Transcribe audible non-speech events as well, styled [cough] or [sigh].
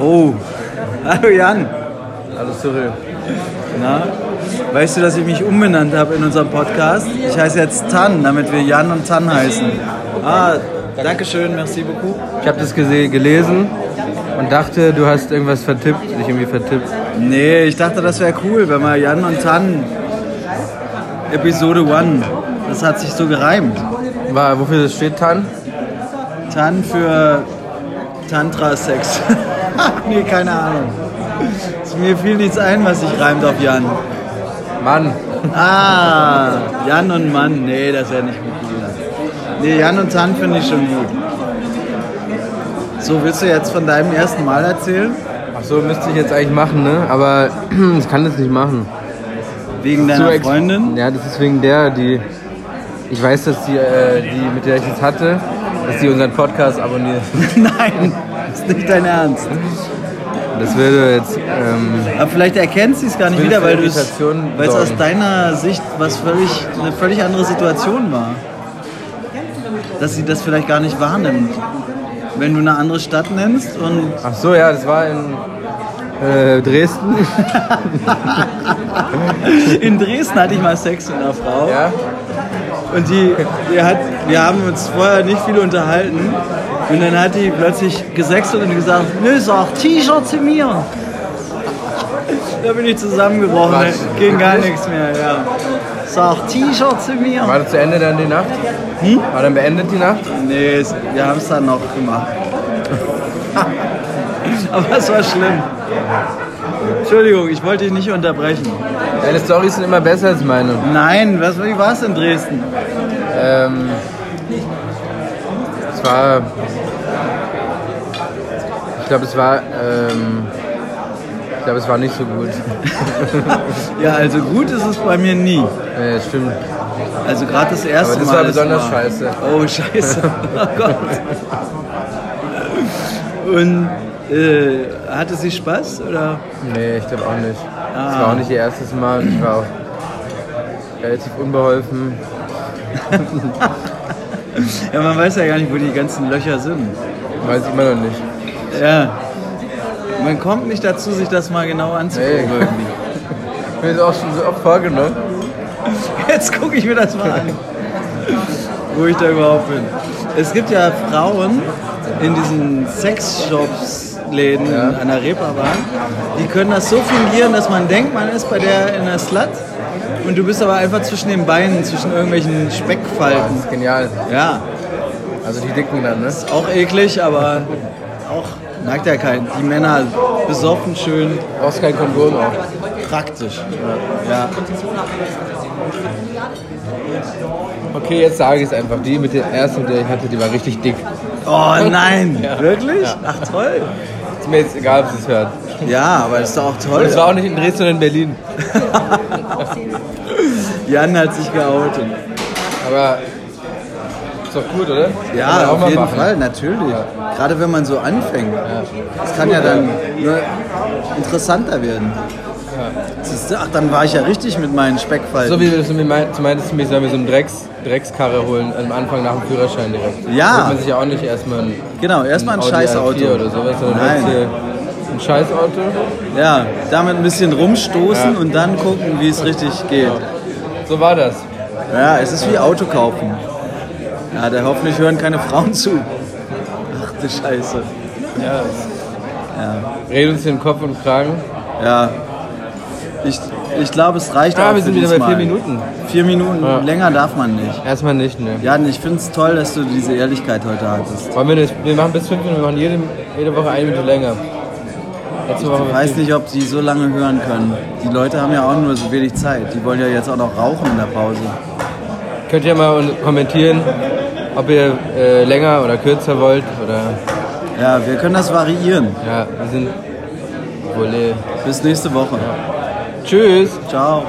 Oh, hallo Jan. Hallo Cyril. Na? Weißt du, dass ich mich umbenannt habe in unserem Podcast? Ich heiße jetzt Tan, damit wir Jan und Tan heißen. Ah, danke schön, merci beaucoup. Ich habe das gese- gelesen und dachte, du hast irgendwas vertippt, dich irgendwie vertippt. Nee, ich dachte, das wäre cool, wenn man Jan und Tan Episode 1. Das hat sich so gereimt. War, wofür das steht, Tan? Tan für Tantra-Sex. [laughs] nee, keine Ahnung. Es- Mir fiel nichts ein, was sich reimt auf Jan. Mann. Ah, Jan und Mann. Nee, das wäre nicht gut. Julian. Nee, Jan und Tan finde ich schon gut. So, willst du jetzt von deinem ersten Mal erzählen? Ach so, müsste ich jetzt eigentlich machen, ne? Aber [clears throat] ich kann das nicht machen. Wegen Zu deiner ex- Freundin? [laughs] Ja, das ist wegen der, die. Ich weiß, dass die, äh, die mit der ich es hatte, dass die unseren Podcast abonniert. [laughs] Nein, ist nicht dein Ernst. Das würde jetzt. Ähm, Aber vielleicht erkennst du es gar nicht Will wieder, für weil du es Irritation weil es aus sorgen. deiner Sicht was völlig, eine völlig andere Situation war. Dass sie das vielleicht gar nicht wahrnimmt. Wenn du eine andere Stadt nennst und [laughs] ach so, ja, das war in äh, Dresden. [laughs] in Dresden hatte ich mal Sex mit einer Frau Ja. und die, die hat, wir haben uns vorher nicht viel unterhalten und dann hat die plötzlich gesextet und gesagt, nö, sag T-Shirt zu mir. Da bin ich zusammengebrochen, Quatsch. da ging gar nichts mehr. Ja. Sag T-Shirt zu mir. War das zu Ende dann die Nacht? Hm? War dann beendet die Nacht? Nee, es- wir haben es dann noch gemacht. [laughs] Aber es war schlimm. Entschuldigung, ich wollte dich nicht unterbrechen. Deine Storys sind immer besser als meine. Nein, was, wie war es in Dresden? Ähm, es war. Ich glaube, es war. Ähm, ich glaube, es war nicht so gut. Ja, also gut ist es bei mir nie. Äh, stimmt. Also gerade das erste Aber das Mal. war ist besonders wahr. scheiße. Oh, scheiße. [laughs] Oh Gott. Und äh, hatte sie Spaß? Oder? Nee, ich glaube auch nicht. Es war auch nicht ihr erstes Mal. Ich war auch relativ unbeholfen. Ja, man weiß ja gar nicht, wo die ganzen Löcher sind. Weiß ich immer noch nicht. Ja. Man kommt nicht dazu, sich das mal genau Nee. anzugucken. [laughs] Mir ist auch schon so oft vorgenommen. Jetzt gucke ich mir das mal an, wo ich da überhaupt bin. Es gibt ja Frauen in diesen Sexshops-Läden an der Reeperbahn, die können das so fingieren, dass man denkt, man ist bei der in der Slut und du bist aber einfach zwischen den Beinen, zwischen irgendwelchen Das Speckfalten. ist genial. Ja, Also die Dicken dann, ne? ist auch eklig, aber auch merkt ja kein. Die Männer besoffen schön, Brauchst kein Kondom auch. praktisch. Ja. Okay, jetzt sage ich es einfach. Die mit der ersten, mit der ich hatte, die war richtig dick. Oh nein, wirklich? Ach toll. Ist mir jetzt egal, ob sie es hört. Ja, aber ist doch auch toll. Und es war auch nicht in Dresden, sondern in Berlin. Jan hat sich geoutet. Aber ist doch gut, oder? Kann man Ja, auch auf mal jeden machen. Fall, natürlich. Gerade wenn man so anfängt. Das kann ja dann nur interessanter werden. Siehst du, ach, dann war ich ja richtig mit meinen Speckfalten. So wie du es mir mein- zu meintest, mir sollen wir so einen Drecks, Dreckskarre holen am Anfang nach dem Führerschein direkt. Ja. Da holt man sich ja auch nicht erstmal ein, genau, erstmal ein Audi Scheißauto. A4 oder sowas, sondern Nein. holst dir ein Scheißauto. Ja, damit ein bisschen rumstoßen und dann gucken, wie es richtig geht. So war das. Ja, es ist wie Auto kaufen. Ja, da hoffentlich hören keine Frauen zu. Ach du Scheiße. Ja. Red uns den Kopf und Kragen. Ja. Ich, ich glaube, es reicht Ah, auch wir für sind wieder bei diesmal. vier Minuten. Vier Minuten Ja. länger darf man nicht. Erstmal nicht, ne? Jan, ich finde es toll, dass du diese Ehrlichkeit heute hattest. Wollen wir, nicht, wir machen bis fünf Minuten, wir machen jede, jede Woche eine Minute länger. Letzte Woche Ich weiß nicht, ob die so lange hören können. Die Leute haben ja auch nur so wenig Zeit. Die wollen ja jetzt auch noch rauchen in der Pause. Könnt ihr mal un- kommentieren, ob ihr äh, länger oder kürzer wollt oder Ja, wir können das variieren. ja, wir sind Wolle. Bis nächste Woche. Tschüss! Ciao.